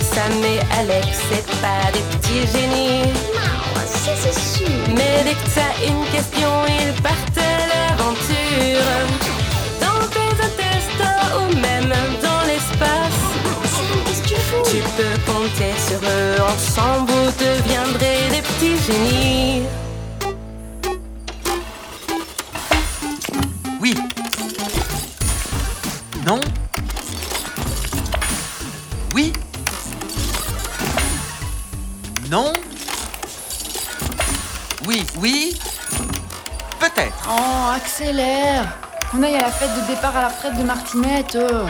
Sam et Alex, c'est pas des petits génies. Non, Ah, ça c'est sûr. Mais dès que t'as une question, ils partent à l'aventure. Dans tes hôtels stores ou même dans l'espace, Sam, qu'est-ce que tu fous tu peux compter sur eux. Ensemble, vous deviendrez des petits génies. Oui. Non. Oui. Non. Oui, oui. Peut-être. Oh, accélère On aille à la fête de départ à la retraite de Martinette. euh.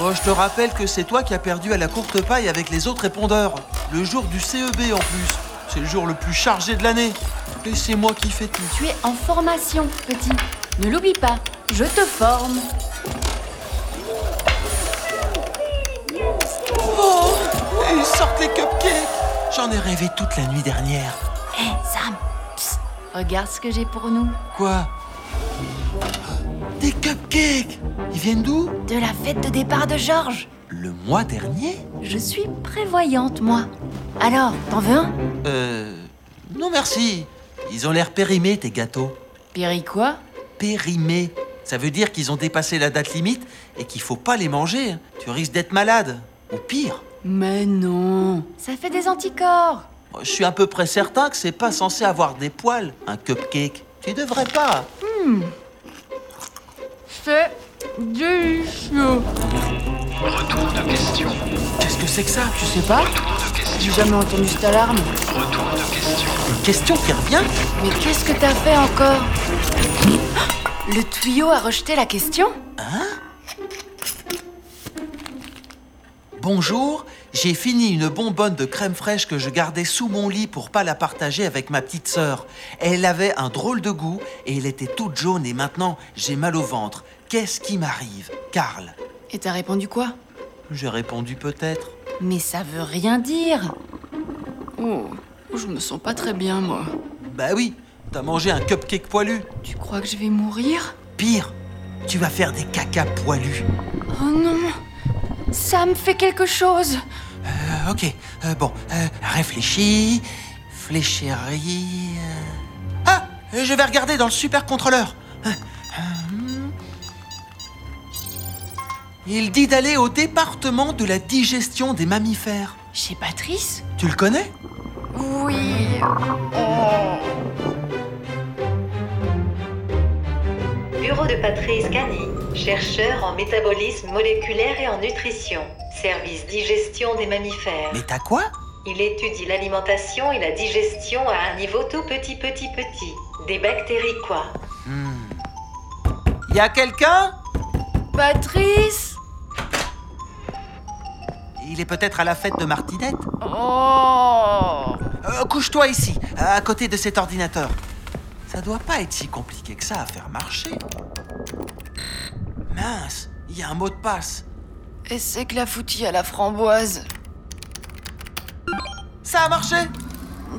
Oh, je te rappelle que c'est toi qui as perdu à la courte paille avec les autres répondeurs. Le jour du CEB en plus. C'est le jour le plus chargé de l'année. Et c'est moi qui fais tout. Tu es en formation, petit. Ne l'oublie pas, je te forme. Oh Et ils sortent les cupcakes J'en ai rêvé toute la nuit dernière. Hé, Eh, Sam, psst, regarde ce que j'ai pour nous. Quoi Des cupcakes Ils viennent d'où De la fête de départ de Georges. Le mois dernier Je suis prévoyante, moi. Alors, t'en veux un Euh... Non merci. Ils ont l'air périmés, tes gâteaux. Péri quoi Périmés. Ça veut dire qu'ils ont dépassé la date limite et qu'il faut pas les manger. hein. Tu risques d'être malade. Ou pire. Mais non Ça fait des anticorps Je suis à peu près certain que c'est pas censé avoir des poils, un cupcake. Tu devrais pas. C'est délicieux Retour de question. Qu'est-ce que c'est que ça Je sais pas, Retour de j'ai question. jamais entendu cette alarme. Retour de question. Une question qui revient Mais qu'est-ce que t'as fait encore Le tuyau a rejeté la question Bonjour, j'ai fini une bonbonne de crème fraîche que je gardais sous mon lit pour pas la partager avec ma petite sœur. Elle avait un drôle de goût et elle était toute jaune et maintenant j'ai mal au ventre. Qu'est-ce qui m'arrive Karl Et t'as répondu quoi J'ai répondu peut-être. Mais ça veut rien dire Oh, je me sens pas très bien, moi. Bah oui, t'as mangé un cupcake poilu. Tu crois que je vais mourir Pire, tu vas faire des cacas poilus. Oh non Ça me fait quelque chose Euh, ok, euh, bon, euh, réfléchis, fléchérie. euh. Ah Je vais regarder dans le super contrôleur. Euh, hum. Il dit d'aller au département de la digestion des mammifères. Chez Patrice Tu le connais Oui. Bureau de Patrice Cani, chercheur en métabolisme moléculaire et en nutrition. Service digestion des mammifères. Mais t'as quoi Il étudie l'alimentation et la digestion à un niveau tout petit petit petit. Des bactéries quoi. Y a quelqu'un Patrice Il est peut-être à la fête de Martinette. Oh Euh, Couche-toi ici, à côté de cet ordinateur. Ça doit pas être si compliqué que ça à faire marcher. Mince, il y a un mot de passe. Et c'est que la foutue à la framboise. Ça a marché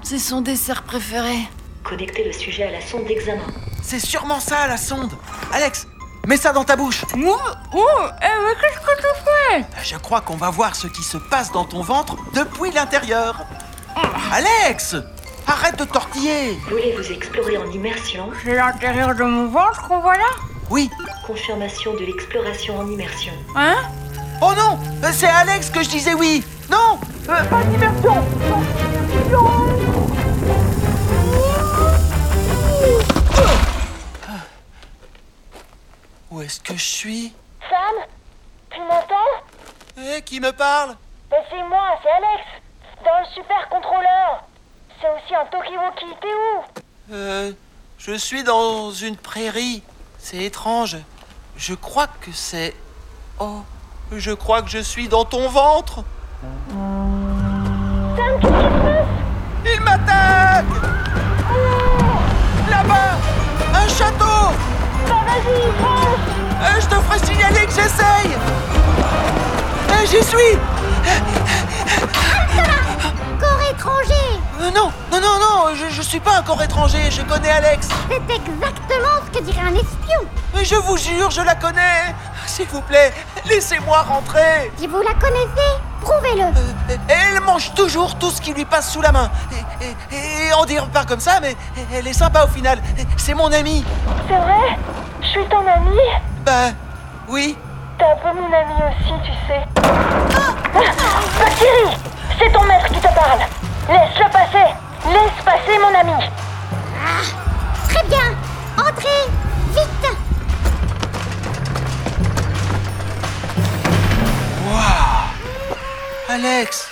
C'est son dessert préféré. Connectez le sujet à la sonde d'examen. C'est sûrement ça la sonde. Alex, mets ça dans ta bouche. Euh, Oh, oh, eh, mais qu'est-ce que tu fais Je crois qu'on va voir ce qui se passe dans ton ventre depuis l'intérieur. Alex, arrête de tortiller. Voulez-vous explorer en immersion C'est l'intérieur de mon ventre qu'on voit là Oui. Confirmation de l'exploration en immersion. Hein Oh non, c'est Alex que je disais oui. Non. euh, Où est-ce que je suis Sam Tu m'entends Eh, qui me parle Mais c'est moi, c'est Alex Dans le super contrôleur C'est aussi un Tokiwoki, t'es où Euh, je suis dans une prairie. C'est étrange. Je crois que c'est. Oh, je crois que je suis dans ton ventre. Il m'attaque Là-bas Un château Euh, Je te ferai signaler que j'essaye Euh, J'y suis Corps étranger Euh, Non, non, non, non, je, je suis pas un corps étranger, je connais Alex. C'est exactement ce que dirait un espion Mais je vous jure, je la connais S'il vous plaît, laissez-moi rentrer Si vous la connaissez, Prouvez-le Euh, Elle mange toujours tout ce qui lui passe sous la main. Et, et- et on dirait pas comme ça, mais elle est sympa au final. C'est mon amie. C'est vrai Je suis ton amie Bah, oui. T'es un peu mon ami aussi, tu sais. Ah, Thierry C'est ton maître qui te parle Laisse-le passer Laisse passer, mon ami Très bien Entrez Vite Alex,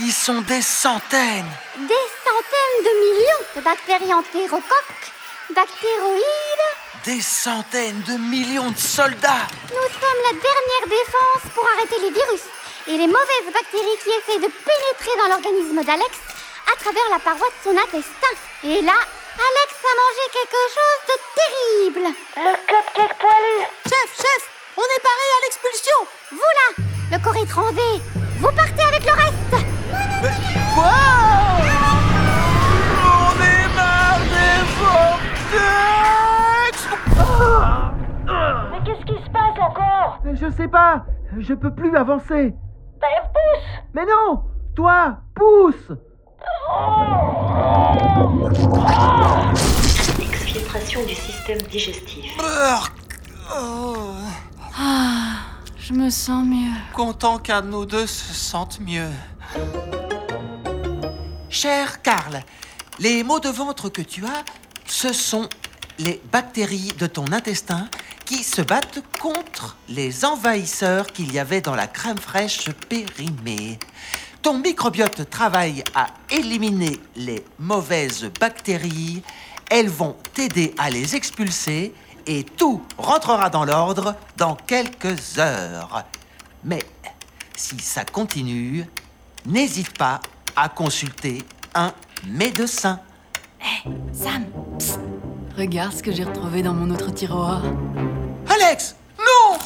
ils sont des centaines. Des centaines de millions de bactéries entérocoques, bactéroïdes. Des centaines de millions de soldats. Nous sommes la dernière défense pour arrêter les virus et les mauvaises bactéries qui essaient de pénétrer dans l'organisme d'Alex à travers la paroi de son intestin. Et là, Alex a mangé quelque chose de terrible. Le cupcake poilu Chef, chef, on est paré à l'expulsion. Vous là, le corps étranger, vous partez avec le reste. Quoi On est marre des vortex Mais qu'est-ce qui se passe encore Je sais pas, je peux plus avancer. Ben, pousse Mais non Toi, pousse Exfiltration du système digestif. Je me sens mieux. Content qu'un de nous deux se sente mieux. Cher Karl, les maux de ventre que tu as, ce sont les bactéries de ton intestin qui se battent contre les envahisseurs qu'il y avait dans la crème fraîche périmée. Ton microbiote travaille à éliminer les mauvaises bactéries. Elles vont t'aider à les expulser et tout rentrera dans l'ordre dans quelques heures. Mais si ça continue, n'hésite pas à consulter un médecin. Sam, psst. Regarde ce que j'ai retrouvé dans mon autre tiroir. Alex, non